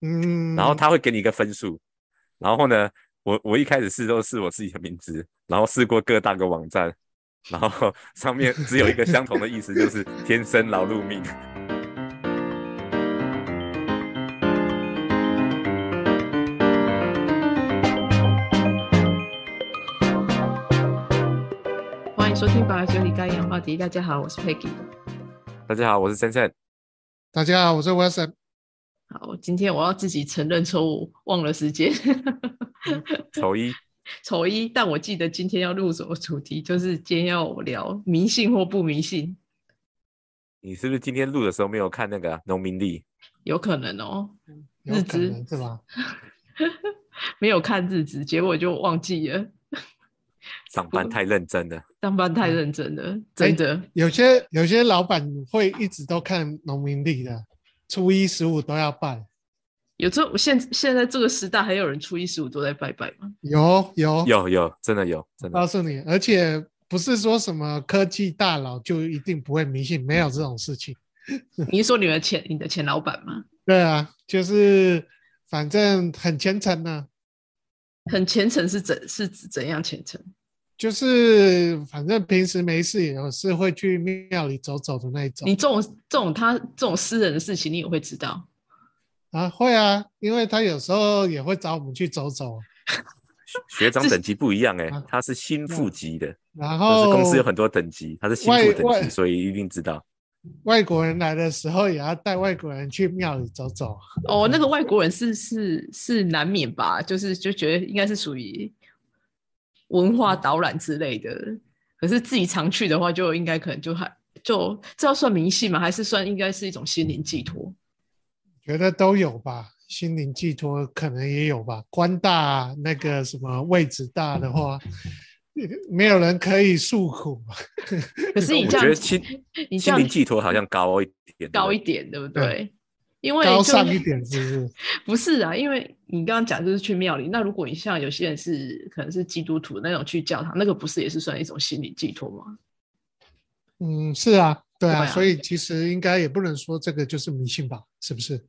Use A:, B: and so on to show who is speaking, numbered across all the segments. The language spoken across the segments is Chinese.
A: 嗯，
B: 然后他会给你一个分数，然后呢，我我一开始试都是我自己的名字，然后试过各大个网站，然后 上面只有一个相同的意思，就是天生劳碌命。
C: 欢迎收听《八九里大洋话题》，大家好，我是 Peggy。
B: 大家好，我是森森，
A: 大家好，我是 Wilson。
C: 好，我今天我要自己承认错误，忘了时间，
B: 丑一，
C: 丑一。但我记得今天要录什么主题，就是今天要聊迷信或不迷信，
B: 你是不是今天录的时候没有看那个啊农民历？
C: 有可能哦。
A: 有
C: 日
A: 可
C: 之
A: 能是吧？
C: 没有看日子，结果就忘记了。
B: 上班
C: 我
B: 太认真了，
C: 上班太认真了，真的。
A: 有些有些老板会一直都看农民历的，初一十五都要拜。
C: 有这我现现在这个时代，还有人初一十五都在拜拜 吗？
A: 有有，
B: 有有，真的有，真
C: 哦
A: 告
B: 的。
A: 诉你，而且不是说什么科技大佬就一定不会迷信，没有这种事情。
C: 你是说你们前你的前老板吗？
A: 对啊，就是反正很虔诚啊呢、
C: 很虔诚是怎是指怎样虔诚？
A: 就是反正平时没事也是会去庙里走走的那一种。
C: 你这种这种他这种私人的事情，你也会知道。
A: 啊，会啊，因为他有时候也会找我们去走走，
B: 学长
C: 这
B: 等级不一样哎、
C: 哦
A: 啊
B: 他是心腹级的，
A: 然
B: 就是
A: 后
B: 公司有很多等级，他是心
A: 外
B: 腹等
A: 外
B: 级，所以一定知道。
A: 外国人来的时候也要带外国人去庙里走走。
C: 哦，那个外国人是是是难免吧，就是就觉得应该是属于文化导览之类的。可是自己常去的话，就应该可能就还就这要算迷信吗？还是算应该是一种心灵寄托？
A: 觉得都有吧，心灵寄托可能也有吧。官大、那个什么位置大的话， 没有人可以诉苦嘛。
C: 可是你
B: 我
C: 这
B: 觉
C: 样
B: 得，心
C: 你这
B: 心
C: 样
B: 灵寄托好像高一点，
C: 高一
B: 点。
C: 点，对不
A: 对
C: 对？因为
A: 高
C: 就
A: 尚一点是不是？
C: 不是啊，因为你刚刚讲就是去庙里，那如果你像有些人是可能是基督徒那种去教堂，那个不是也是算一种心理寄托吗？
A: 嗯，是啊，对啊，
C: 对啊
A: 所以其实应该也不能说这个就是迷信吧，是不是？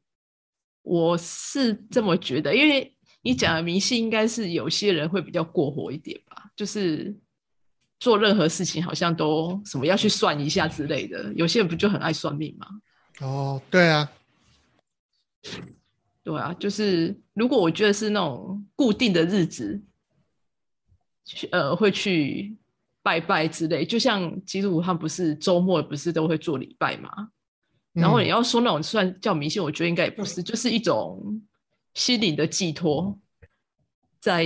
C: 我是这么觉得，因为你讲的迷信，应该是有些人会比较过火一点吧，就是做任何事情好像都什么要去算一下之类的，有些人不就很爱算命吗？
A: 哦，对啊，
C: 对啊，就是如果我觉得是那种固定的日子，去呃会去拜拜之类，就像基督徒他们不是周末不是都会做礼拜嘛？然后
A: 嗯
C: 你要说那种算叫迷信，我觉得应该也不是，就是一种心灵的寄托，在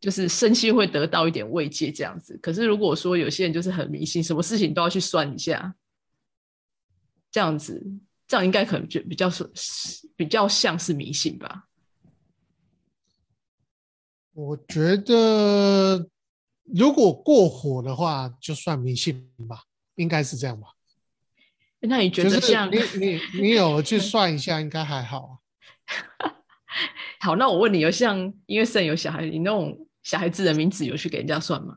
C: 就是身心会得到一点慰藉这样子。可是如果说有些人就是很迷信，什么事情都要去算一下，这样子，这样应该可能就比较是比较像是迷信吧。
A: 我觉得如果过火的话，就算迷信吧，应该是这样吧。
C: 那你觉
A: 就
C: 得
A: 是
C: 像、
A: 你你你有去算一下，应该还好啊。
C: 好？那我问你，有哦像因为生有小孩，你那种小孩子的名字有去给人家算吗？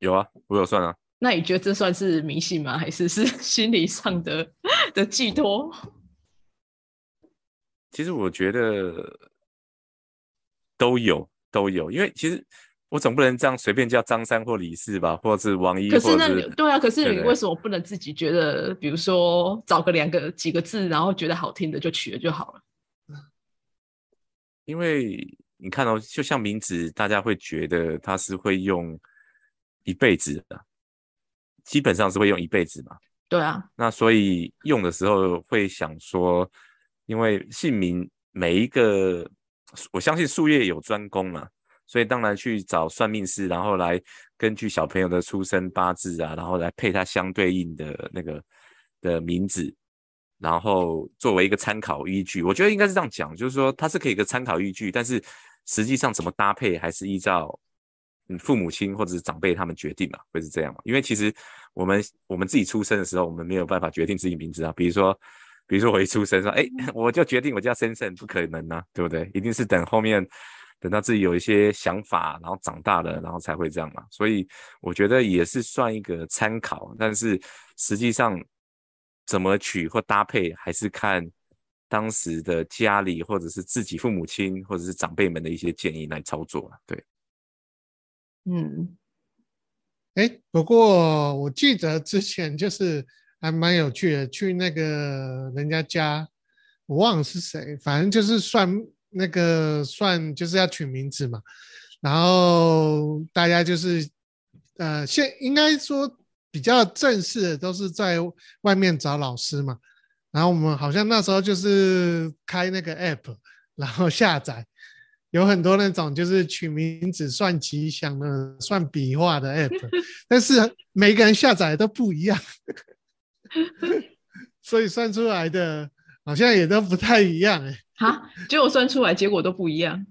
B: 有啊，我有算啊。
C: 那你觉得这算是迷信吗？还是 是心理上的的寄托？
B: 其实我觉得都有都有，因为其实我总不能这样随便叫张三或李四吧，或者是王一，
C: 可是
B: 或
C: 那
B: 者
C: 你
B: 是
C: 对啊，可是
B: 对
C: 你
B: 对
C: 为什么不能自己觉得，比如说找个两个几个字，然后觉得好听的就取了就好了？
B: 因为你看哦，就像名字，大家会觉得他是会用一辈子的，基本上是会用一辈子嘛。
C: 对啊，
B: 那所以用的时候会想说，因为姓名每一个，我相信术业有专攻嘛，所以当然去找算命师，然后来根据小朋友的出生八字啊，然后来配他相对应的那个的名字，然后作为一个参考依据，我觉得应该是这样讲，就是说它是可以一个参考依据，但是实际上怎么搭配还是依照嗯父母亲或者是长辈他们决定嘛，会是这样嘛？因为其实我们我们自己出生的时候，我们没有办法决定自己名字啊，比如说。比如说我一出生说，哎， 我就决定我叫森森，不可能啊，对不对？一定是等后面等到自己有一些想法，然后长大了，然后才会这样嘛。所以我觉得也是算一个参考，但是实际上怎么取或搭配，还是看当时的家里或者是自己父母亲或者是长辈们的一些建议来操作啊。对，
C: 嗯，
A: 哎，不过我记得之前就是还蛮有趣的，去那个人家家，我忘了是谁，反正就是算那个算就是要取名字嘛，然后大家就是呃，现应该说比较正式的都是在外面找老师嘛，然后我们好像那时候就是开那个 app，然 后下载，有很多那种就是取名字算吉祥的、算笔画的 app，但是每个人下载都不一样， 所以算出来的好像也都不太一样哎、
C: 哈，结果算出来结果都不一样。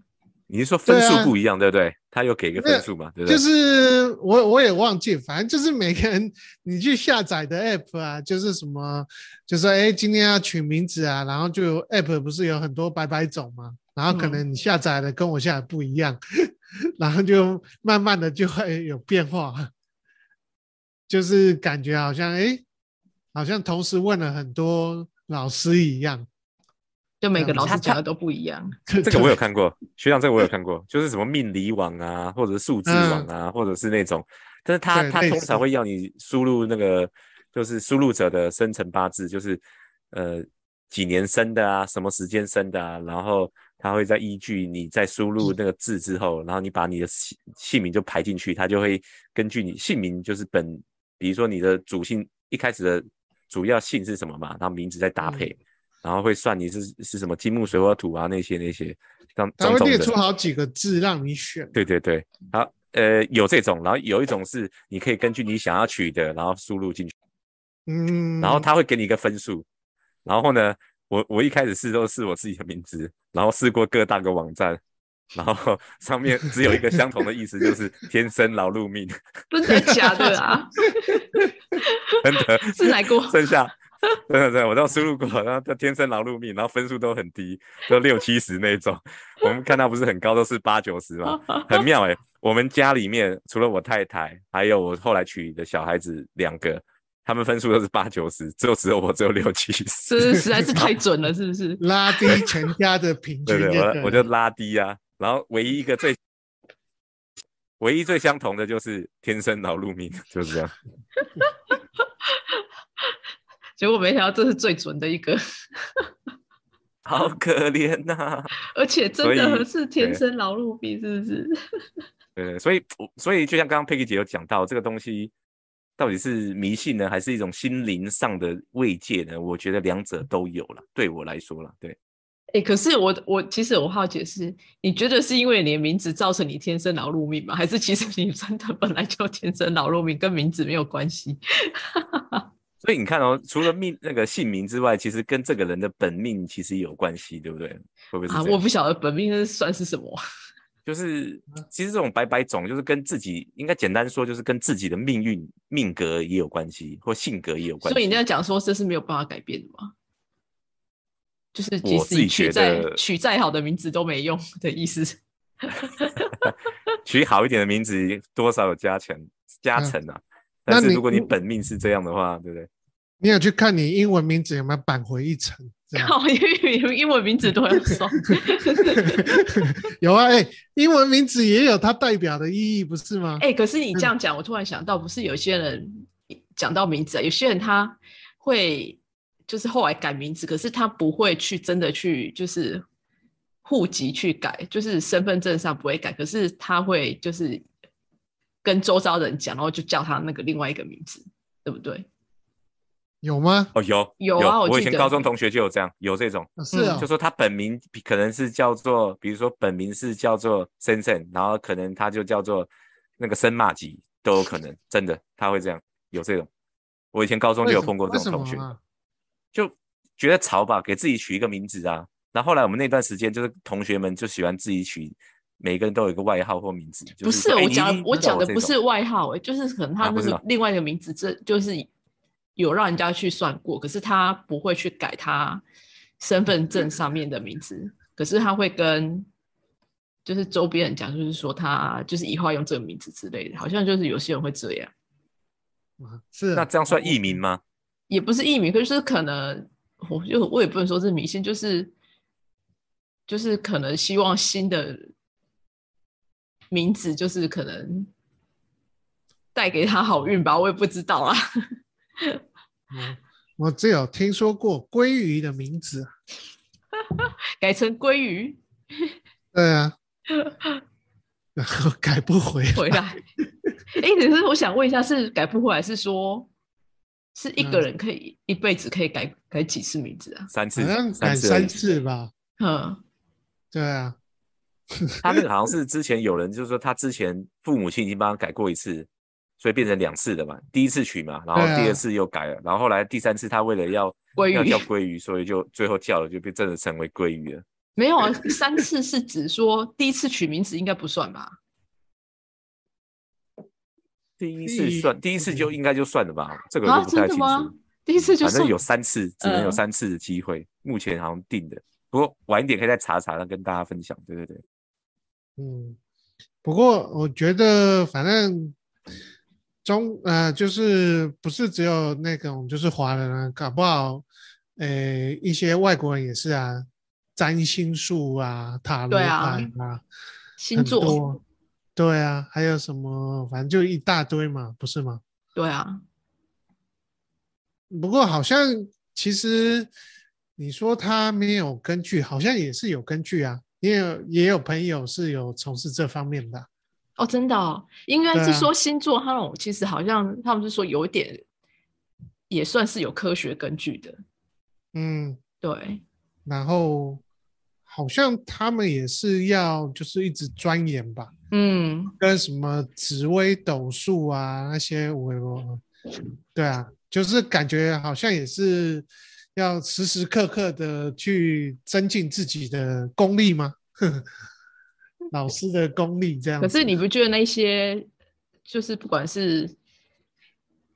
B: 你是说分
A: 对啊
B: 数不一样，对不对？他有给一个
A: 没有
B: 分数嘛，对不对？
A: 就是我我也忘记，反正就是每个人你去下载的 app 啊，就是什么，就是哎今天要取名字啊，然后就有 app 不是有很多百百种嘛，然
B: 嗯
A: 后可能你下载的跟我下载不一样， 然后就慢慢的就会有变化，就是感觉好像哎，好像同时问了很多老师一样。
C: 就每个
A: 嗯
C: 老
B: 他
C: 师讲的都不一样，
B: 这个我 有看过，学长，这个我有看过，就是什么命理网啊，或者是数字网啊，或者是那种，但是
A: 嗯
B: 他
A: 对
B: 他
A: 类
B: 通
A: 似
B: 常会要你输入那个，就是输入者的生辰八字，就是呃几年生的啊，什么时间生的啊，然后他会再依据你在输入那个字之后，然后你把你的姓姓名就排进去，他就会根据你姓名就是本，比如说你的主姓一开始的主要姓是什么嘛，然后名字再搭配。然后会算你是是什么金木水火土啊那些那些，让
A: 它
B: 种
A: 会
B: 种
A: 列
B: 的。
A: 出好嗯几个字让你选，
B: 对对对，好，呃，有这种，然后有一种是你可以根据你想要取的，然后输入进去，
A: 嗯，
B: 然后他会给你一个分数。然后呢，我我一开始试都是我自己的名字，然后试过各大个网站，然后上面只有一个相同的意思，就是天生劳碌命，
C: 真的假的啊？
B: 真的。
C: 是哪个？
B: 剩下真的真的，我都输入过，然后他天生劳碌命，然后分数都很低，都六七十那种。我们看他不是很高，都是八九
C: 哦
B: 十嘛， 很妙哎、我们家里面除了我太太，还有我后来娶的小孩子两个，他们分数都是八九十，只有只有我只有六七十。
C: 这实在 是太准了，是不是？
A: 拉低全家的平均
B: 对
A: 就
B: 对，
A: 对了，
B: 我我就拉低啊。然后唯一一个最唯一最相同的就是天生劳碌命，就是这样。
C: 结果没想到这是最准的一个，
B: 好可怜呐、
C: 而且真
B: 所以
C: 的是天
B: 对
C: 生劳碌命，是不是？
B: 对，所以我所以就像刚刚 Peggy 姐有讲到，这个东西到底是迷信呢，还是一种心灵上的慰藉呢？我觉得两者都有了，对我来说了，对，
C: 哎、可是我我其实我好奇是，你觉得是因为你的名字造成你天生劳碌命吗？还是其实你真的本来就天生劳碌命，跟名字没有关系？
B: 所以你看哦，除了命那个姓名之外，其实跟这个人的本命其实有关系，对不对？会不会是
C: 啊，
B: 这
C: 我
B: 样？
C: 不晓得本命是算是什么。
B: 就是其实这种白白种，就是跟自己应该简单说，就是跟自己的命运、命格也有关系，或性格也有关系。
C: 所以你在讲说这是没有办法改变的吗？就是即
B: 我
C: 使
B: 自己
C: 你取
B: 觉
C: 再
B: 得
C: 取再好的名字都没用的意思。
B: 取好一点的名字，多少有加成加
C: 嗯
B: 成啊。
A: 那
B: 但是
A: 你
B: 如果你
A: 你
B: 本命是这样的话，对不对？
A: 你有去看你英文名字有没有扳回一城？这
B: 啊
A: 样
C: 靠，因为英文名字都要 算。
A: 有啊，哎、英文名字也有它代表的意义，不是吗？
C: 哎、可是你这样讲，我突然想到，不是有些人讲到名字啊，有些人他会就是后来改名字，可是他不会去真的去就是户籍去改，就是身份证上不会改，可是他会就是跟周遭人讲，然后就叫他那个另外一个名字，对不对？
A: 有吗？
B: 哦，有
C: 有啊我
B: 我以
C: 记
B: 前
C: 得
B: 高中同学就有这样，有这种，
A: 啊是啊、
B: 嗯就说他本名可能是叫做，比如说本名是叫做深圳，然后可能他就叫做那个森马吉都有可能，真的他会这样，有这种。我以前高中就有碰过这
A: 为什
B: 种
A: 么
B: 同学，
A: 啊？
B: 就觉得潮吧，给自己取一个名字啊。然后后来我们那段时间就是同学们就喜欢自己取，每个人都有一个外号或名字。就
C: 不
B: 是
C: 是
B: 说哎
C: 我
B: 你
C: 讲
B: 一
C: 的
B: 定，
C: 我
B: 知道
C: 讲的
B: 这
C: 不
B: 种
C: 是外号、欸，就是可能他
B: 啊不
C: 那
B: 是
C: 个
B: 吗
C: 另外一个名字，这就是有让人家去算过，可是他不会去改他身份证上面的名字，可是他会跟就是周边人讲，就是说他就是以后要用这个名字之类的，好像就是有些人会这样，
A: 啊是啊啊
B: 那这样算艺名吗？
C: 也不是艺名，可是就是可能我就我也不能说是迷信，就是就是可能希望新的名字就是可能带给他好运吧，我也不知道啊。
A: 嗯我只有听说过鲑鱼的名字啊，
C: 改成鲑鱼
A: 对啊， 然后改不回来
C: 回来。哎、可是我想问一下，是改不回来，是说是一个
A: 嗯
C: 人可以一辈子可以改改几次名字啊？
B: 三次
A: 好像，改
B: 三次而已
A: 三。次吧，
C: 嗯，
A: 对啊，
B: 他那个好像是之前有人就是说他之前父母亲已经帮他改过一次，所以变成两次的嘛。第一次取嘛，然后
A: 对啊
B: 第二次又改了，然后后来第三次他为了要
C: 鲑
B: 要
C: 鱼
B: 叫鲑鱼，所以就最后叫了就变真的成为鲑鱼了。
C: 没有啊，三次是指说第一次取名字应该不算吧？
B: 第一
A: 第
B: 次
A: 一
B: 算，第一次就应该就算了吧，这个我
C: 啊，
B: 就不太
C: 真的
B: 清
C: 吗
B: 楚。？
C: 第一次就
B: 反正
C: 算
B: 有三次，只能有
C: 嗯
B: 三次的机会，目前好像定的。不过晚一点可以再查查，再跟大家分享。对对对，
A: 嗯，不过我觉得反正中呃，就是不是只有那种就是华人啊，搞不好，呃，一些外国人也是啊，占星术啊、塔罗
C: 对
A: 牌
C: 啊
A: 啊，
C: 星
A: 很
C: 座，
A: 多，对啊，还有什么，反正就一大堆嘛，不是吗？
C: 对啊，
A: 不过好像其实你说他没有根据，好像也是有根据啊。也有也有朋友是有从事这方面的啊，
C: 哦，真的哦，应该
A: 对
C: 是
A: 啊
C: 说星座它那种其实好像他们是说有一点也算是有科学根据的，
A: 嗯，
C: 对，
A: 然后好像他们也是要就是一直钻研吧，
C: 嗯，
A: 跟什么紫微斗数啊那些我我，对啊，就是感觉好像也是要时时刻刻的去增进自己的功力吗？ 老师的功力这样子。
C: 可是你不觉得那些就是不管是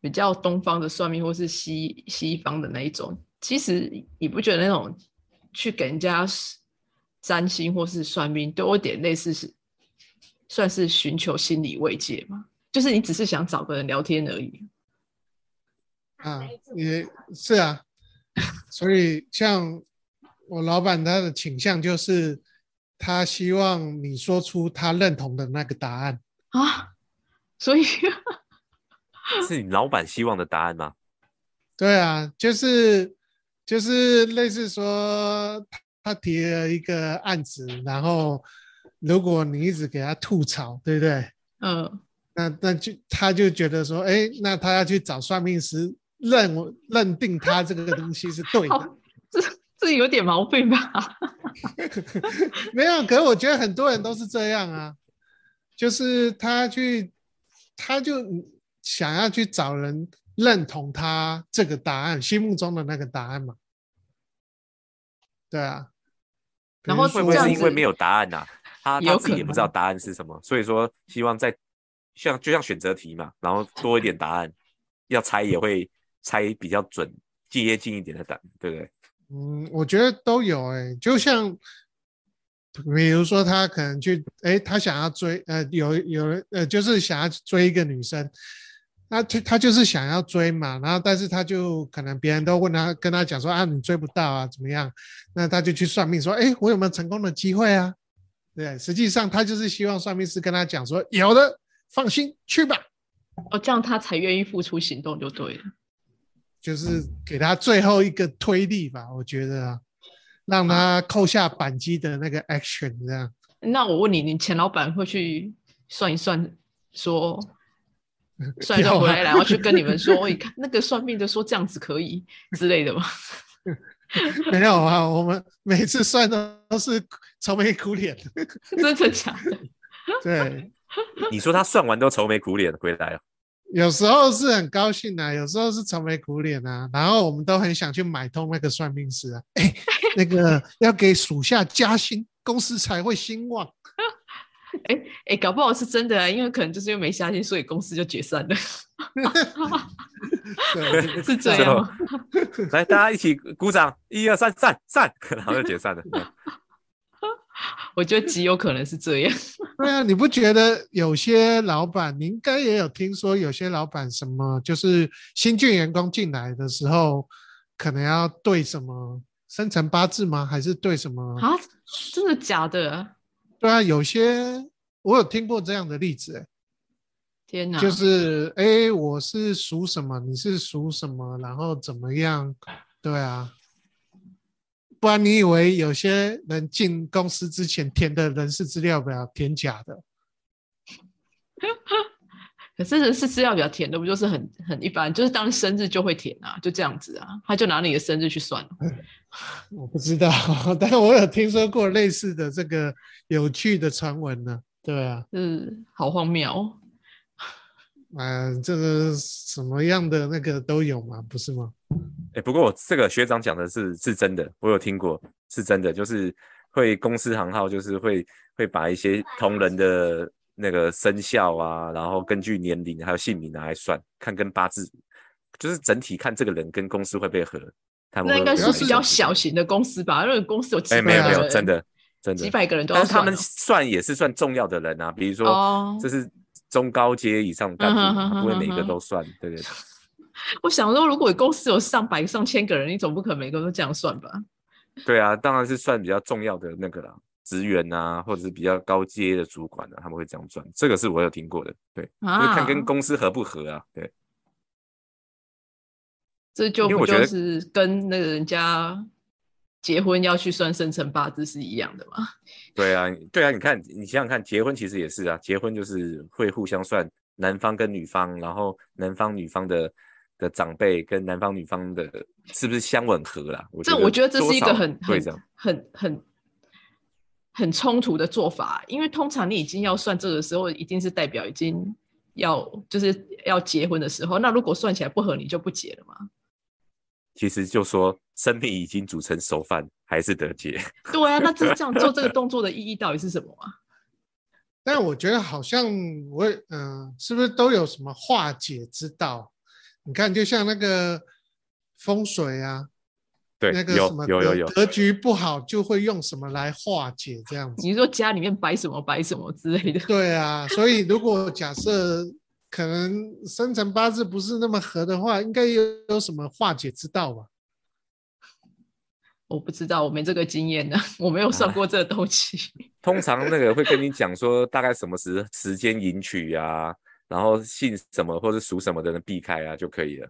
C: 比较东方的算命，或是西西方的那一种，其实你不觉得那种去给人家 s- 占星或是算命，都有点类似是算是寻求心理慰藉吗？就是你只是想找个人聊天而已。
A: 啊，也是啊，所以像我老板他的倾向就是，他希望你说出他认同的那个答案。
C: 啊，所以
B: 是你老板希望的答案吗？
A: 对啊，就是就是类似说他提了一个案子，然后如果你一直给他吐槽，对不对？
C: 嗯、
A: 那那就他就觉得说，哎，那他要去找算命师认认定他这个东西是对的。
C: 好，这这有点毛病吧？
A: 没有，可是我觉得很多人都是这样啊，就是他去，他就想要去找人认同他这个答案，心目中的那个答案嘛。对啊，比如
C: 然后
B: 会
A: 说
B: 不会
C: 这样
B: 是因
C: 子
B: 为没有答案呐、他
C: 也有
B: 他自己也不知道
C: 可能
B: 答案是什么，所以说希望在像就像选择题嘛，然后多一点答案，要猜也会猜比较准，接近一点的答案，对不对？
A: 嗯，我觉得都有诶、就像比如说他可能去，诶，他想要追，呃，有有人，呃，就是想要追一个女生，那他他就是想要追嘛，然后但是他就可能别人都问他，跟他讲说啊，你追不到啊，怎么样？那他就去算命说，诶，我有没有成功的机会啊？对，实际上他就是希望算命师跟他讲说，有的，放心去吧，
C: 哦，这样他才愿意付出行动就对了。
A: 就是给他最后一个推力吧，我觉得啊，让他扣下扳机的那个 action 这样。
C: 那我问你，你前老板会去算一算， 说算一算
A: 要
C: 回
A: 啊
C: 来，然后去跟你们说，你哎看那个算命的说这样子可以之类 的吗？
A: 没有啊，我们每次算都都是愁眉苦脸的。
C: 真的假的？
A: 对，
B: 你说他算完都愁眉苦脸回 来了，
A: 有时候是很高兴啊，有时候是愁眉苦脸啊，然后我们都很想去买通那个算命师啊，哎，那个要给属下加薪，公司才会兴旺。
C: 哎、搞不好是真的啊，因为可能就是因为没下线，所以公司就解散了，
A: 对，这个
C: 是这样
A: 哦
C: 吗？
B: 来大家一起鼓掌，一二三，散散， 然后就解散了。嗯
C: 我觉得极有可能是这样。
A: 对啊，你不觉得有些老板，你应该也有听说，有些老板什么就是新进员工进来的时候，可能要对什么生辰八字吗？还是对什么？
C: 啊，真的假的？
A: 对啊，有些我有听过这样的例子、欸，
C: 天哪！
A: 就是哎、诶我是属什么，你是属什么，然后怎么样？对啊，不然你以为有些人进公司之前填的人事资料表填假的？
C: 可是人事资料表填的不就是很很一般，就是当生日就会填啊，就这样子啊，他就拿你的生日去算了。
A: 我不知道， 但我有听说过类似的这个有趣的传闻呢。对啊，
C: 就是好荒谬哦。
A: 嗯、这个什么样的那个都有嘛，不是吗？
B: 哎，不过我这个学长讲的是是真的，我有听过，是真的，就是会公司行号，就是会会把一些同人的那个生肖啊，然后根据年龄还有姓名拿来算，看跟八字，就是整体看这个人跟公司会不会合。他们
C: 那
B: 会
C: 应该
B: 不会
C: 是比
B: 合
C: 较小型的公司吧？因为公司有几
B: 哎，
C: 百
B: 没有没
C: 个
B: 有，
C: 人
B: 真的真的
C: 几，百个人都要
B: 但是他
C: 算
B: 们
C: 哦
B: 算也是算重要的人啊，比如说
C: 哦
B: 这。是中高阶以上的干部
C: 嗯哼
B: 嘛，
C: 哼
B: 不会
C: 哼
B: 每个
C: 哼
B: 都算，对对对。
C: 我想说，如果公司有上百上千个人，你总不可能每个都这样算吧？
B: 对啊，当然是算比较重要的那个啦，职员啊，或者是比较高阶的主管啊，他们会这样赚，这个是我有听过的。对，就是
C: 啊，
B: 看跟公司合不合啊。对，
C: 这
B: 因
C: 就
B: 为
C: 不
B: 我觉
C: 就
B: 得
C: 是跟那个人家结婚要去算生辰八字是一样的嘛？
B: 对啊，对啊，你看，你想想看，结婚其实也是啊，结婚就是会互相算男方跟女方，然后男方女方的的长辈跟男方女方的是不是相吻合啦？我
C: 这我觉得这
B: 多
C: 是一
B: 少
C: 个很
B: 会
C: 很
B: 这样，
C: 很很很冲突的做法，欸因为通常你已经要算这个时候，一定是代表已经要就是要结婚的时候。那如果算起来不合，你就不结了嘛？
B: 其实就说生命已经煮成熟饭，还是得结。
C: 对啊，那这这样做这个动作的意义到底是什么啊？
A: 但我觉得好像我也嗯、是不是都有什么化解之道？你看，就像那个风水啊，
B: 对，
A: 那个
B: 有
A: 什么
B: 有有
A: 格
B: 有，
A: 格局不好就会用什么来化解这样子。
C: 你是说家里面摆什么摆什么之类的？
A: 对啊，所以如果假设可能生辰八字不是那么合的话，应该有有什么化解之道吧？
C: 我不知道，我没这个经验呢，啊 我没有算过这个东西。
B: 通常那个会跟你讲说大概什么时时间迎娶啊，然后姓什么或者属什么的人避开啊就可以了。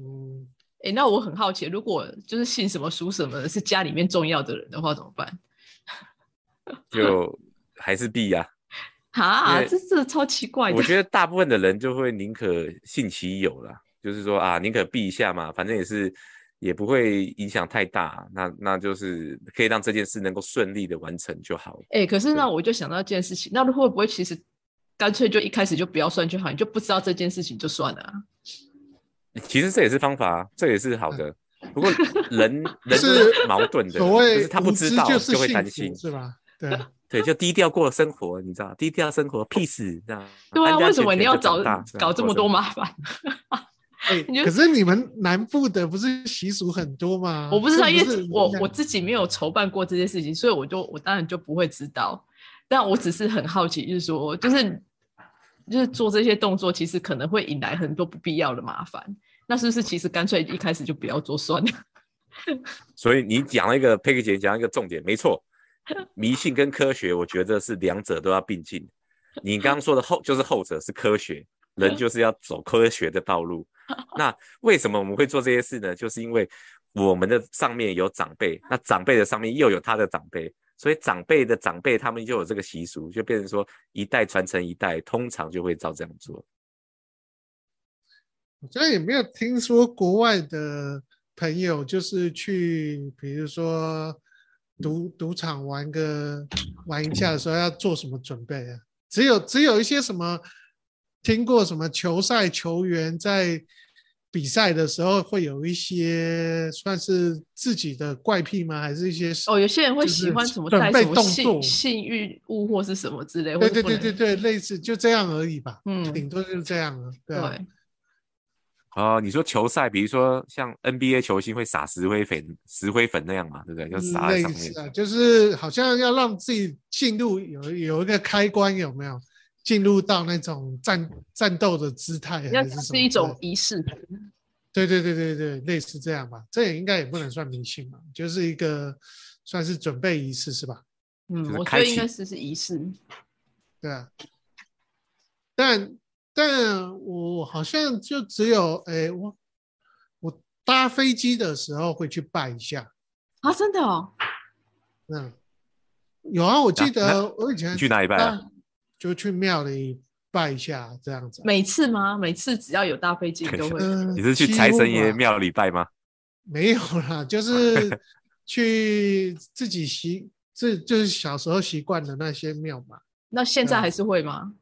A: 嗯，
C: 哎、那我很好奇，如果就是姓什么属什么的是家里面重要的人的话，怎么办？
B: 就 还是避呀、
C: 哈，
B: 对
C: 这这超奇怪的。
B: 我觉得大部分的人就会宁可信其有啦，就是说啊，宁可避一下嘛，反正也是也不会影响太大，那那就是可以让这件事能够顺利的完成就好了。
C: 哎、可是呢，
B: 对
C: 我就想到一件事情，那会不会其实干脆就一开始就不要算就好，你就不知道这件事情就算了啊、
B: 其实这也是方法啊，这也是好的。不过 人人
A: 嗯是
B: 是矛盾的，
A: 所
B: 就
A: 谓
B: 是他不
A: 无
B: 知
A: 知
B: 道
A: 就是
B: 会
A: 幸
B: 担
A: 福
B: 心，
A: 是吧？对啊，
B: 对，就低调过生活，你知道，低调生活屁事，这样。
C: 对啊，
B: 安家
C: 为什
B: 健
C: 么
B: 全
C: 你要
B: 就长
C: 找
B: 大
C: 搞这么多？麻烦？
A: 哎
C: 你就
A: 可是你们南部的不是习俗很多吗？
C: 我不知道，
A: 是
C: 因
A: 是
C: 为我我自己没有筹办过这些事情，所以我就我当然就不会知道。但我只是很好奇，就是说，就是就是做这些动作，其实可能会引来很多不必要的麻烦。那是不是其实干脆一开始就不要做算了？
B: 所以你讲了一个佩克姐讲了一个重点，没错，迷信跟科学，我觉得是两者都要并进。你刚刚说的后就是后者是科学，人就是要走科学的道 路。那为什么我们会做这些事呢？就是因为我们的上面有长辈，那长辈的上面又有他的长辈，所以长辈的长辈他们就有这个习俗，就变成说一代传承一代，通常就会照这样做。
A: 我觉得也没有听说国外的朋友就是去，比如说赌赌场玩个玩一下的时候要做什么准备啊？只有只有一些什么听过什么球赛球员在比赛的时候会有一些算是自己的怪癖吗？还是一些
C: 哦，有些人会
A: 就是
C: 喜欢什么
A: 准
C: 带
A: 备
C: 什么
A: 动
C: 性
A: 作
C: 性欲物或是什么之类，或
A: 对
C: 是
A: 对
C: 不
A: 对
C: 能
A: 对对，类似就这样而已吧，顶
C: 嗯，
A: 多就是这样啊，对啊。
C: 对，
B: 哦，你说球赛，比如说像 NBA 球星会撒石灰粉、石灰粉那样嘛，对不对？就撒在
A: 类
B: 上面
A: 似。啊，就是好像要让自己进入有有一个开关，有没有？进入到那种战战斗的姿态，啊
C: 那
A: 还是什
C: 是
A: 么
C: 一种
A: 之类
C: 仪式感，
A: 对对对对对，类似这样吧，这也应该也不能算迷信嘛，就是一个算是准备仪式是吧？
C: 嗯
B: 就，是
C: 我觉
B: 开
C: 得
B: 启
C: 应该是是仪式。
A: 对啊，但但我好像就只有哎，我我搭飞机的时候会去拜一下，
C: 啊，真的哦，
A: 嗯，有啊，我记
B: 那
A: 得我以前
B: 你去哪里拜啊？
A: 搭就去庙里拜一下这样子啊，
C: 每次吗？每次只要有搭飞机，你都会。
A: 嗯
B: 你是去
A: 几
B: 财神
A: 乎
B: 爷
A: 吧
B: 庙里拜吗？
A: 没有啦，就是 去自己习，这就是小时候习惯的那些庙嘛。
C: 那现
A: 嗯
C: 在还是会吗？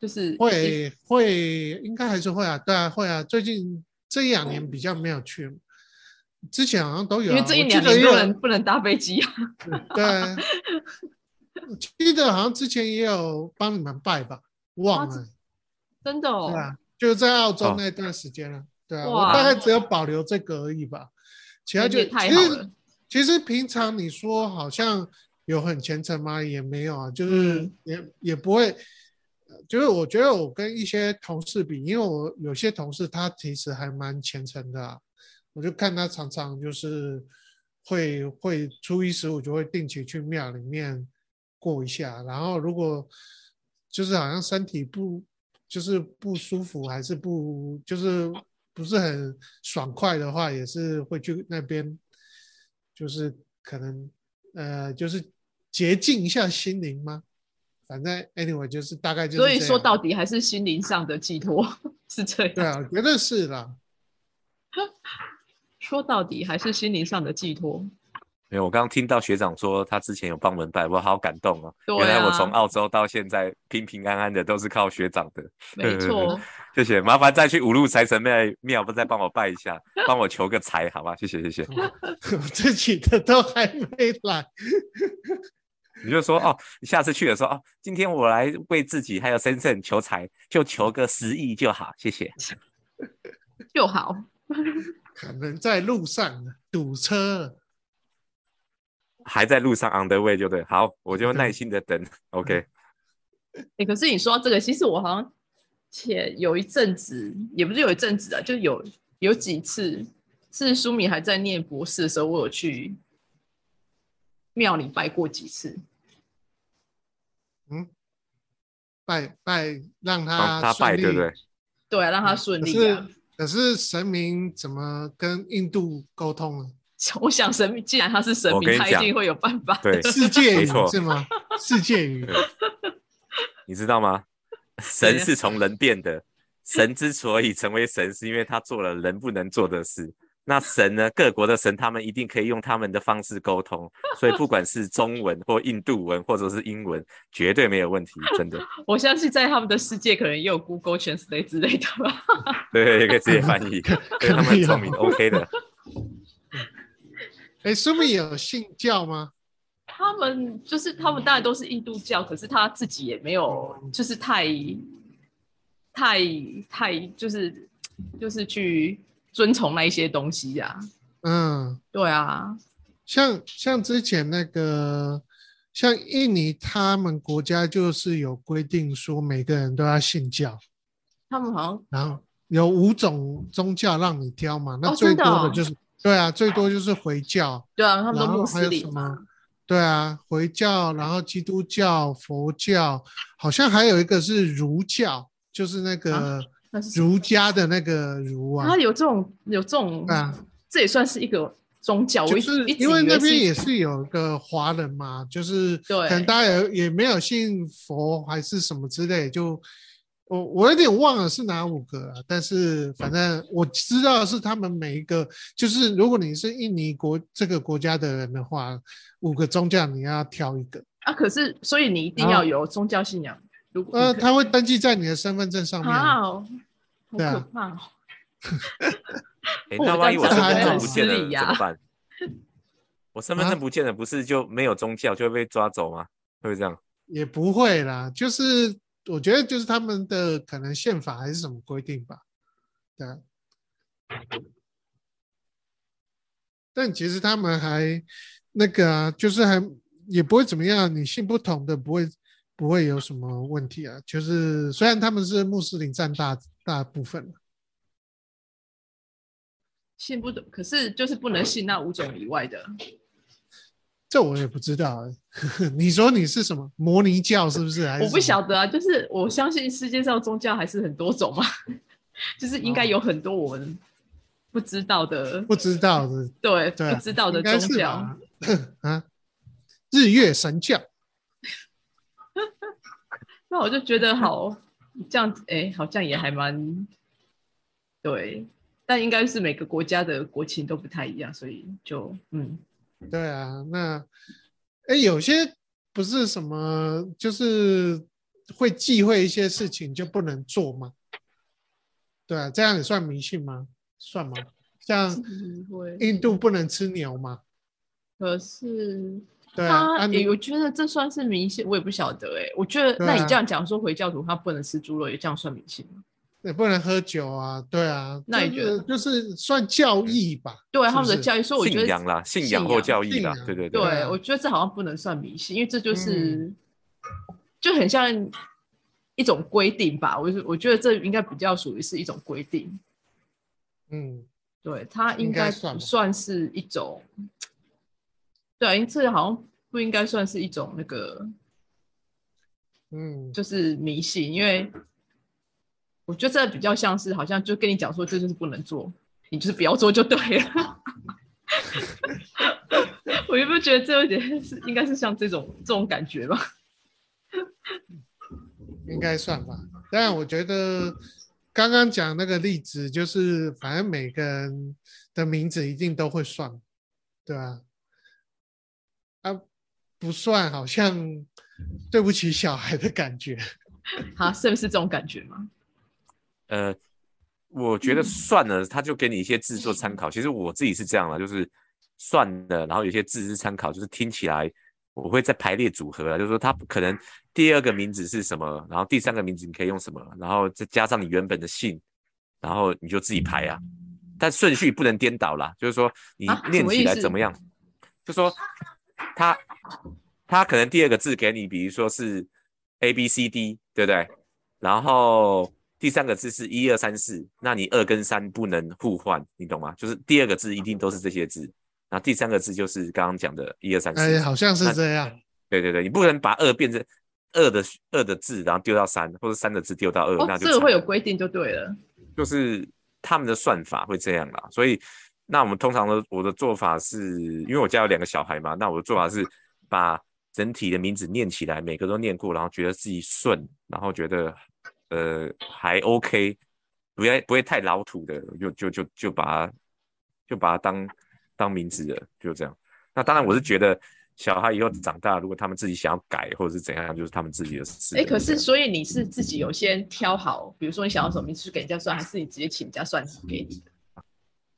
C: 就是一
A: 会会，应该还是会啊，对啊，会啊。最近这一两年比较没有去，之前好像都有
C: 因
A: 啊、
C: 为这一
A: 我
C: 两
A: 记得
C: 年
A: 也
C: 不
A: 有
C: 能不能搭飞机啊。
A: 对啊，我记得好像之前也有帮你们拜吧，忘
C: 啊
A: 了，
C: 真的哦
A: 对，啊，就在澳
B: 哦
A: 洲那段时间了，对啊，我
C: 哇
A: 大概只有保留这个而已吧，其他
C: 人
A: 就
C: 也太
A: 其
C: 好
A: 实
C: 了。
A: 其实平常你说好像有很虔诚吗？也没有啊，就是
C: 嗯
A: 也、也不会。呃就是我觉得我跟一些同事比，因为我有些同事他其实还蛮虔诚的、啊，我就看他常常就是会会初一十五就会定期去庙里面过一下，然后如果就是好像身体不就是不舒服，还是不就是不是很爽快的话，也是会去那边，就是可能呃，就是洁净一下心灵吗？反正 anyway 就是大概就是
C: 所以
A: 这
C: 说
A: 样
C: 到底还是心灵上的寄托是这
A: 对
C: 样。
A: 啊，我觉得是啦，
C: 说到底还是心灵上的寄托。
B: 没有，我刚刚听到学长说他之前有帮我们拜，我好感动哦。
C: 对
B: 原来我
C: 啊
B: 从澳洲到现在平平安安的，都是靠学长的，
C: 没错，
B: 谢谢。麻烦再去五路财神庙庙，再帮我拜一下，帮我求个财，好吧？谢 谢谢谢。
A: 我自己的都还没来，
B: 你就说哦，你下次去的时候哦，今天我来为自己还有深圳求财，就求个十亿就好，谢谢。
C: 就好。
A: 可能在路上呢堵车了。
B: 还在路上 on the way 就对，好，我就
A: 对嗯
B: 耐心的 等。OK，
C: 哎、可是你说到这个，其实我好像且有一阵子，也不是有一阵子啊，就有有几次是舒米还在念博士的时候，我有去庙里拜过几次。
A: 嗯，拜拜，让
B: 帮
A: 他
B: 他
A: 顺
B: 拜
A: 利。
B: 对不对？
C: 对啊、让他顺
A: 嗯可
C: 利
A: 是
C: 啊！
A: 可是神明怎么跟印度沟通呢？
C: 我想神明，既然他是神
B: 我跟
C: 明，
B: 你
C: 他一
B: 讲
C: 定会有办法。
B: 对，
A: 世界
B: 没
A: 语
B: 错
A: 是吗？世界语
B: 对你知 道吗？神是从人变的，神之所以成为神，是因为他做了人不能做的事。那神呢？各国的神，他们一定可以用他们的方式沟通，所以不管是中文或印度文或者是英文，绝对没有问题，真的。
C: 我相信在他们的世界，可能也有 Google Translate 之类的吧。
B: 对，可以直接翻译，对
A: 可哦
B: 他
A: 能
B: 们很
A: 有
B: 聪明，OK 的。
A: 哎，苏米有信教吗？
C: 他们就是他们当然都是印度教，可是他自己也没有就是太太太就是就是去遵从那一些东西呀、啊。
A: 嗯，
C: 对啊，
A: 像像之前那个，像印尼他们国家就是有规定说每个人都要信教，
C: 他们好像
A: 然后有五种宗教让你挑嘛，那
C: 哦
A: 最
C: 真的
A: 多
C: 哦
A: 的就是、对啊，最多就是回教。
C: 对啊，他们
A: 然
C: 都
A: 后
C: 穆
A: 还有
C: 斯
A: 什
C: 林
A: 么
C: 嘛。？
A: 对啊，回教，然后基督教、佛教，好像还有一个是儒教，就是那个
C: 那是什么
A: 儒家的那个儒啊
C: 他，有这种有这种，
A: 啊
C: 这也算是一个宗教。我
A: 就
C: 哦一直
A: 是
C: 一直
A: 因为
C: 以
A: 那
C: 是
A: 边也是有个华人嘛，就是
C: 对
A: 可能大家也也没有信佛还是什么之类，就我我有点忘了是哪五个了，但是反正我知道是他们每一个，就是如果你是印尼国这个国家的人的话，五个宗教你要挑一个。
C: 啊，可是所以你一定
A: 然
C: 要
A: 后
C: 有宗教信仰。如果
A: 呃，
C: 你可
A: 他会登记在你的身份证上面啊。
C: 啊，好
A: 对啊
C: 可怕哦！
B: 哎，
C: 我
B: 那
C: 们
B: 万一
C: 这
B: 我
A: 样讲还很
B: 身份证不
A: 失
B: 见了
C: 礼呀
B: 怎么办？我身份
A: 啊
B: 证不见了，不是就没有宗教就会被抓走吗？会不会这样？
A: 也不会啦，就是我觉得就是他们的可能宪法还是什么规定吧。对啊。但其实他们还那个啊，就是还也不会怎么样，你信不同的不会不会有什么问题啊。就是虽然他们是穆斯林占大大部分，
C: 信不懂，可是就是不能信那五种以外的。
A: 这我也不知道欸。 你说你是什么摩尼教是不是？还是
C: 我不
A: 什么
C: 晓得啊，就是我相信世界上宗教还是很多种嘛，就是应该有很多我们不知道的，
A: 哦不知道的，
C: 对
A: 对啊
C: 不知道的
A: 应
C: 宗
A: 该是
C: 教
A: 吧。 啊，日月神教，
C: 那我就觉得好，这样子哎，好像也还蛮对，但应该是每个国家的国情都不太一样，所以就嗯，
A: 对啊，那哎有些不是什么，就是会忌讳一些事情就不能做吗？对啊，这样也算迷信吗？算吗？像
C: 嗯会
A: 印度不能吃牛嘛？
C: 可是
A: 对啊，
C: 他，
A: 啊你
C: 诶我觉得这算是迷信，我也不晓得哎、我觉得，
A: 对
C: 那你
A: 啊
C: 这样讲说回教徒他不能吃猪肉，也这样算迷信吗？
A: 也不能喝酒啊，对啊，
C: 那你
A: 就
C: 觉得
A: 是就是算教义吧？
C: 对啊
A: 是
C: 他
A: 不
C: 们的
A: 是
C: 教育，所以我觉
B: 信仰
C: 得，
B: 啦，信
C: 信
B: 仰或
C: 仰
B: 教义啦
A: 信，仰
B: 对对
C: 对
A: 对啊嗯
C: 我觉得这好像不能算迷信，因为这就是、就很像一种规定吧。我就我觉得这应该比较属于是一种规定，
A: 嗯，
C: 对，它
A: 应
C: 应
A: 该
C: 该
A: 算
C: 不
A: 吧
C: 算是一种，对啊，因为这好像不应该算是一种那个
A: 嗯，
C: 就是迷信，因为我觉得这比较像是好像就跟你讲说这就是不能做，你就是不要做就对了。 我有没有觉得这有点是应该是像这种这种感觉吧？
A: 应该算吧。但我觉得刚刚讲那个例子，就是反正每个人的名字一定都会算，对吧、啊？不算好像对不起小孩的感觉。
C: 哈，是不是这种感觉吗？
B: 呃，我觉
C: 嗯
B: 得算了，他就给你一些字做参考。其实我自己是这样啦，就是算了，然后有些字是参考，就是听起来我会在排列组合啊，就是说他可能第二个名字是什么，然后第三个名字你可以用什么，然后再加上你原本的姓，然后你就自己排啊。但顺序不能颠倒啦，就是说你
C: 啊什
B: 念
C: 么
B: 起
C: 意
B: 来
C: 思
B: 怎么样，就说他他可能第二个字给你，比如说是 A B C D，对不对？然后第三个字是一二三四，那你二跟三不能互换，你懂吗？就是第二个字一定都是这些字，然后第三个字就是刚刚讲的一二三四。
A: 哎，好像是
B: 那
A: 这样。
B: 对对对，你不能把二变成二的二的字，然后丢到三，或者三的字丢到二，
C: 哦
B: 那，就
C: 这个
B: 惨
C: 会有
B: 了
C: 规定就对了。
B: 就是他们的算法会这样啦。所以，那我们通常的我的做法是，因为我家有两个小孩嘛，那我的做法是把整体的名字念起来，每个都念过，然后觉得自己顺，然后觉得呃还 OK，不要不会太老土的，就就就就把它就把它当当名字了，就这样。那当然，我是觉得。小孩以后长大，如果他们自己想要改或者是怎样，就是他们自己的事。
C: 哎，
B: 这
C: 可是
B: 样
C: 所以你是自己有先挑好，比如说你想要什么名字去给人家算，还是你直接请人家算给你？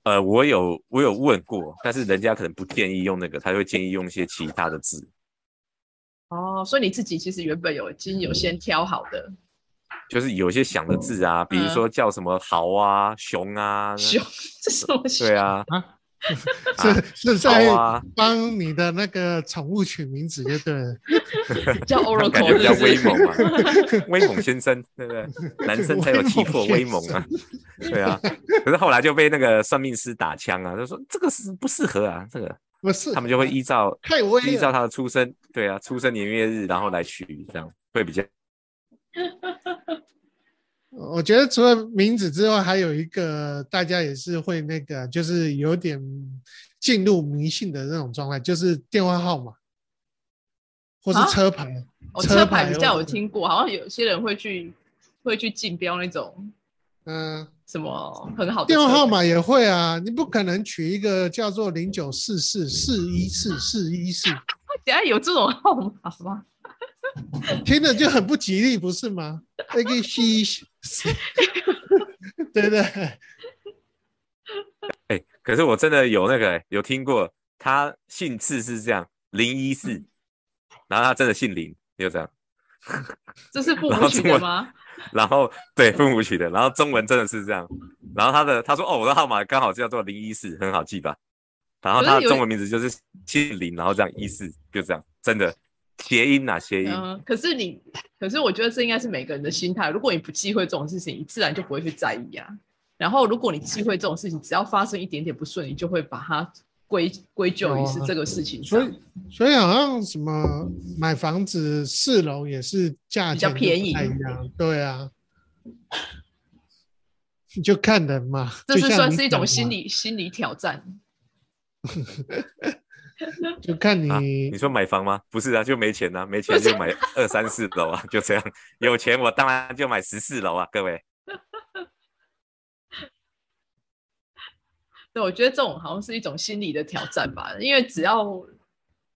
B: 呃，我有我有问过，但是人家可能不建议用那个，他会建议用一些其他的字。
C: 哦，所以你自己其实原本有已经有先挑好的，
B: 就是有些想的字啊，比如说叫什么豪啊、熊啊，
C: 熊， 这是我
B: 对啊，
A: 是是在
B: 豪啊，
A: 帮你的那个宠物取名字就对了，
C: 叫
B: 那 感觉
C: Oracle
B: 比较
C: 是不
B: 威
C: 是？
B: 猛嘛，威猛先生，对不对？男生才有气魄，
A: 威
B: 威猛
A: 猛
B: 啊，对啊。可是后来就被那个算命师打枪啊，就说这个是不适合啊，这个
A: 不是
B: 他们就会依照
A: 太威
B: 依
A: 了
B: 照。他的出生，对啊，出生年月日，然后来取，这样会比较
A: 我觉得除了名字之外，还有一个大家也是会那个，啊就是有点进入迷信的那种状态，就是电话号码或是
C: 啊
A: 车牌。
C: 哦，
A: 车
C: 车牌
A: 牌
C: 比较
A: 我
C: 有听过，好像有些人会去会去竞标那种
A: 嗯、
C: 什么很好的
A: 电话
C: 哦车牌
A: 号码也会啊，你不可能取一个叫做零九四四四一四四一四，
C: 等哎下有这种号码吗？
A: 听着就很不吉利，不是吗？那个西， 对不对？
B: 哎、可是我真的有那个、欸、有听过，他姓氏是这样零一四，
C: 嗯
B: 然后他真的姓林，就这样。
C: 这是父
B: 然
C: 母
B: 后
C: 取
B: 中
C: 的
B: 文
C: 吗？
B: 然后对父母取的，然后中文真的是这样。然后他的他说哦，我的号码刚好叫做零一四，很好记吧？然后
C: 可是
B: 他的
C: 有
B: 中文名字就是姓林，然后这样一四，就这样，真的谐音呐、啊，谐音。
C: 嗯，可是你，可是我觉得这应该是每个人的心态。如果你不忌讳这种事情，你自然就不会去在意啊。然后如果你忌讳这种事情，只要发生一点点不顺，你就会把它归归咎于是这个事情
A: 哦所
C: 上
A: 以，所以好像什么买房子四楼也是价
C: 比较
A: 钱就
C: 便宜
A: 不太一样，对啊，你就看人嘛，
C: 这
A: 就是像
C: 算
A: 你
C: 是一种
A: 讲
C: 心
A: 嘛，
C: 理心理挑战。
A: 就看你、
B: 啊你说买房吗？不是啊，就没钱啊，没钱
C: 不是
B: 就买二三四楼啊，就这样。有钱我当然就买十四楼啊，各位。
C: 对，我觉得这种好像是一种心理的挑战吧，因为只要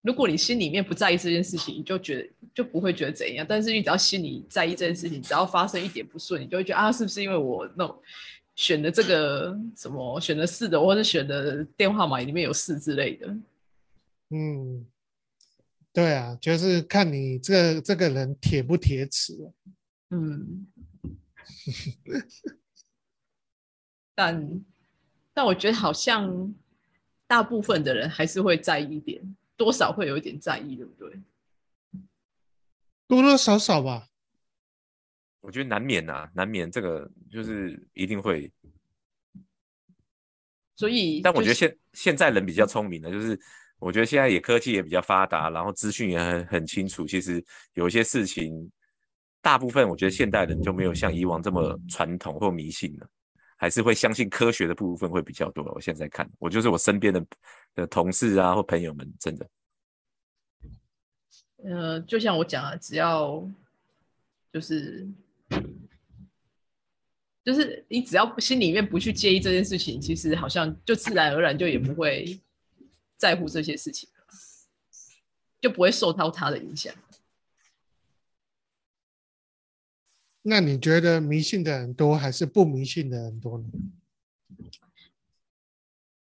C: 如果你心里面不在意这件事情，你就觉得就不会觉得怎样。但是你只要心里在意这件事情，只要发生一点不顺，你就会觉得啊，是不是因为我那种选的这个什么选的四的，或者选的电话号码里面有四之类的？
A: 嗯，对啊，就是看你这这个人铁不铁齿啊。
C: 嗯，但但我觉得好像大部分的人还是会在意一点，多少会有一点在意，对不对？
A: 多多少少吧。
B: 我觉得难免啊，难免这个就是一定会。
C: 所以
B: 但我觉
C: 就
B: 得现
C: 是
B: 现在人比较聪明的，就是我觉得现在也科技也比较发达，然后资讯也很很清楚。其实有一些事情，大部分我觉得现代人就没有像以往这么传统或迷信了，还是会相信科学的部分会比较多。我现在看，我就是我身边的的同事啊或朋友们，真的
C: 呃，就像我讲的，只要就是就是你只要不心里面不去介意这件事情，其实好像就自然而然就也不会在乎这些事情，就不会受到它的影响。
A: 那你觉得迷信的人多还是不迷信的人多呢？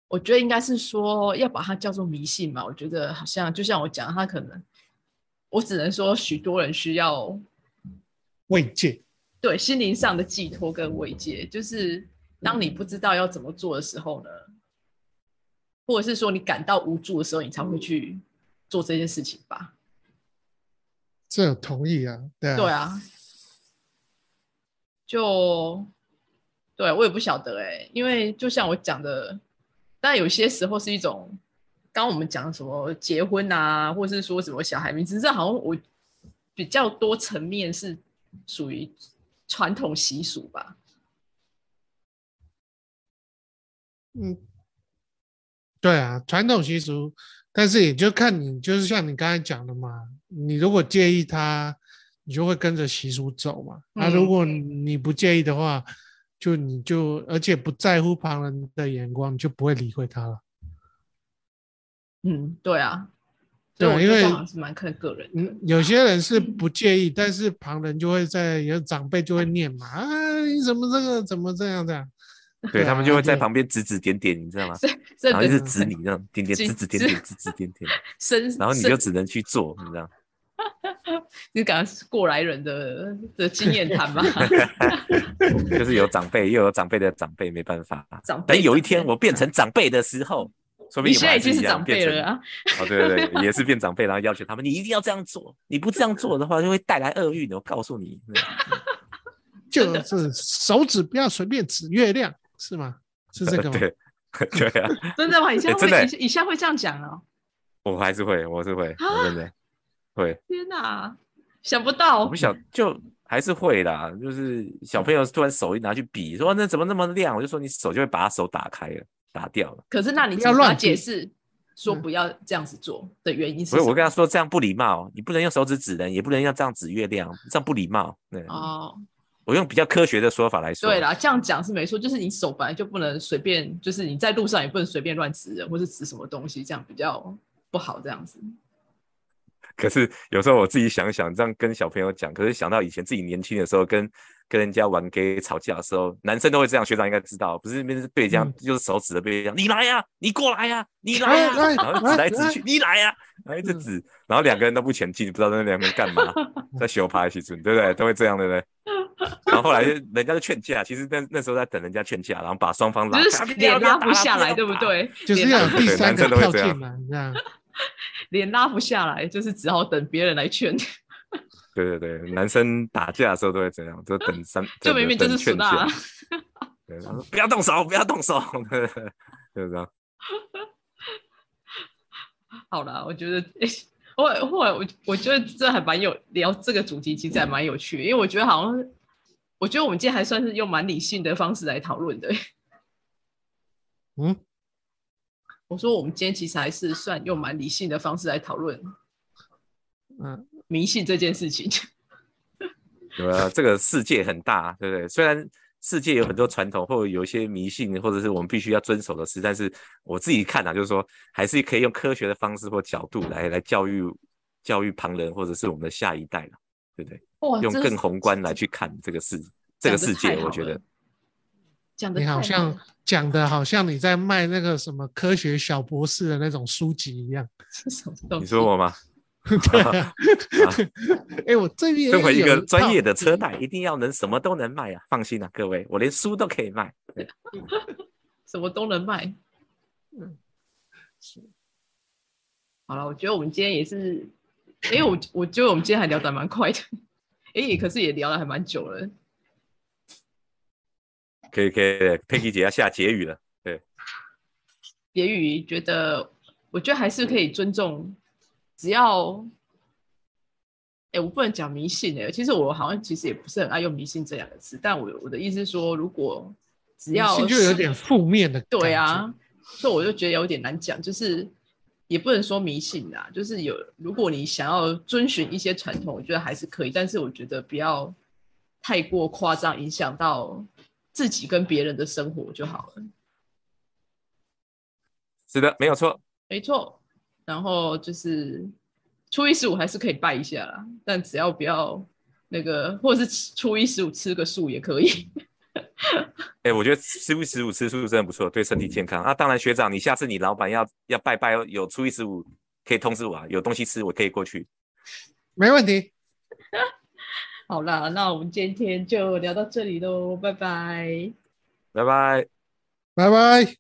C: 我觉得应该是说要把它叫做迷信嘛。我觉得好像就像我讲，他可能我只能说许多人需要
A: 慰藉，
C: 对心灵上的寄托跟慰藉，就是当你不知道要怎么做的时候呢，或者是说你感到无助的时候，你才会去做这件事情吧。
A: 这同意啊，对啊，
C: 对啊，就对我也不晓得哎、因为就像我讲的，但有些时候是一种，刚刚我们讲什么结婚啊，或是说什么小孩名字，这好像我比较多层面是属于传统习俗吧。
A: 嗯，对啊，传统习俗，但是也就看你，就是像你刚才讲的嘛，你如果介意他，你就会跟着习俗走嘛。那、
C: 嗯
A: 如果你不介意的话，就你就而且不在乎旁人的眼光，你就不会理会他了。
C: 嗯，对啊，
A: 对
C: 所以
A: 啊
C: 我觉得
A: 因为
C: 这好像是蛮看个人的。
A: 嗯，有些人是不介意，但是旁人就会在有长辈就会念嘛，啊，你怎么这个怎么这样这样？对
B: 对
A: 啊
B: 他们就会在
A: 对
B: 旁边指指点点，你知道吗？
C: 这这
B: 然后一直
C: 个
B: 指你，这样点点
C: 指
B: 指指点点指指点点，
C: 身，
B: 然后你
C: 身
B: 就只能去做，你知道？
C: 你感觉是过来人的的经验谈 吧？
B: 就是有长辈，又有长辈的长辈，没办法。啊
C: 长辈
B: 等有一
C: 长辈
B: 天我变成长辈的时候，说不定
C: 你
B: 我
C: 现在
B: 还
C: 已经
B: 是
C: 是
B: 一样
C: 长辈
B: 变成
C: 了啊！
B: 哦，对对对，也是变长辈，然后要求他们，你一定要这样做，你不这样做的话，就会带来厄运的。我告诉 你，
A: 就是手指不要随便指月亮，是吗？是这个吗？
B: 对对啊，
C: 真的吗？以下
B: 真的
C: 会，以下以下会这样讲哦。
B: 我还是会，我是会，
C: 啊
B: 我真的会。
C: 天哪，想不
B: 我
C: 到
B: 们，小就还是会啦，就是小朋友突然手一拿去比，说那怎么那么亮，我就说你手就会把他手打开了，打掉了。
C: 可是那你
A: 不
C: 怎
A: 要
C: 么跟
A: 乱
C: 他
A: 提
C: 解
A: 嗯
C: 释说不要这样子做的原因是
B: 所以
C: 什
B: 我
C: 么？
B: 跟他说这样不礼貌，你不能用手指指人，也不能要这样指月亮，这样不礼貌。对，
C: 哦，
B: 我用比较科学的说法来说。
C: 对啦，这样讲是没错，就是你手本来就不能随便，就是你在路上也不能随便乱指人或是指什么东西，这样比较不好。这样子，
B: 可是有时候我自己想想，这样跟小朋友讲，可是想到以前自己年轻的时候跟，跟人家玩 gay 吵架的时候，男生都会这样，学长应该知道，不是那边是对这样，
A: 嗯
B: 就是手指着对这样，你来呀、你过来呀、你来
C: 啊
B: 呀、
A: 来来
B: 然后指来
A: 来
B: 指去，你来呀、然后一
C: 嗯
B: 直指，然后两个人都不前进，不知道在那两边干嘛，在修爬一起准，对不对？都会这样，对不对？然后后来就人家就劝架，其实那那时候在等人家劝架，然后把双方拉
C: 就
B: 开，
C: 是脸拉不下
B: 要
C: 来，
B: 打
C: 对不？
B: 要打
C: 对？
A: 就是
C: 脸
A: 要
C: 拉
A: 有第
B: 对
A: 三
B: 男
A: 个
B: 生都会
A: 跳
B: 这样
A: 进来，这样。
C: 脸拉不下来，就是只好等别人来劝。
B: 对对对，男生打架的时候都会这样，就等三，
C: 就
B: 等
C: 明明就是
B: 等
C: 苏
B: 劝
C: 大
B: 架
C: 啊。
B: 对他说不要动手，不要动手， 对就是这样。
C: 好啦，我觉得，诶后来后来我我觉得这还蛮有聊这个主题，其实还蛮有趣的，因为我觉得好像，我觉得我们今天还算是用蛮理性的方式来讨论的。
A: 嗯，
C: 我说我们今天其实还是算用蛮理性的方式来讨论
A: 嗯，
C: 迷信这件事情。
B: 对啊，这个世界很大，对不对？虽然世界有很多传统，或者有一些迷信，或者是我们必须要遵守的事，但是我自己看啊，就是说还是可以用科学的方式或角度来来教育教育旁人，或者是我们的下一代了，对不对？
C: 哇，
B: 用
C: 真的
B: 更
C: 哦是
B: 宏观来去看这个世这个世界，我觉得。
C: 讲的
A: 你好像讲的好像你在卖那个什么科学小博士的那种书籍一样。
C: 是 什么东西？
B: 你说我吗？
A: 对啊，哎、我这边
B: 身为一
A: 有
B: 个专业
A: 套
B: 的车贷，一定要能什么都能卖啊！放心啊，各位，我连书都可以卖。
C: 什么都能卖。
A: 是
C: 好了，我觉得我们今天也是，因为我我觉得我们今天还聊得还蛮快的，哎、可是也聊了还蛮久了。
B: 可以可以，Peggy 姐要下结语了。
C: 别语觉得，我觉得还是可以尊重，只要，哎、我不能讲迷信哎、其实我好像其实也不是很爱用迷信这两个字，但我我的意思是说，如果只要
A: 就有点负面的。
C: 对啊，，所以我就觉得有点难讲，就是也不能说迷信啦，就是有如果你想要遵循一些传统，我觉得还是可以，但是我觉得不要太过夸张，影响到自己跟别人的生活就好了。
B: 是的，没有错。
C: 没错，然后就是初一十五还是可以拜一下啦，但只要不要那个，或者是吃初一十五吃个素也可以。
B: 哎、我觉得初一十五吃素真的不错，对身体健康啊。当然，学长，你下次你老板要要拜拜，哦有初一十五可以通知我啊，有东西吃我可以过去。
A: 没问题。
C: 好啦，那我们今天就聊到这里喽，拜拜。
B: 拜拜。
A: 拜拜。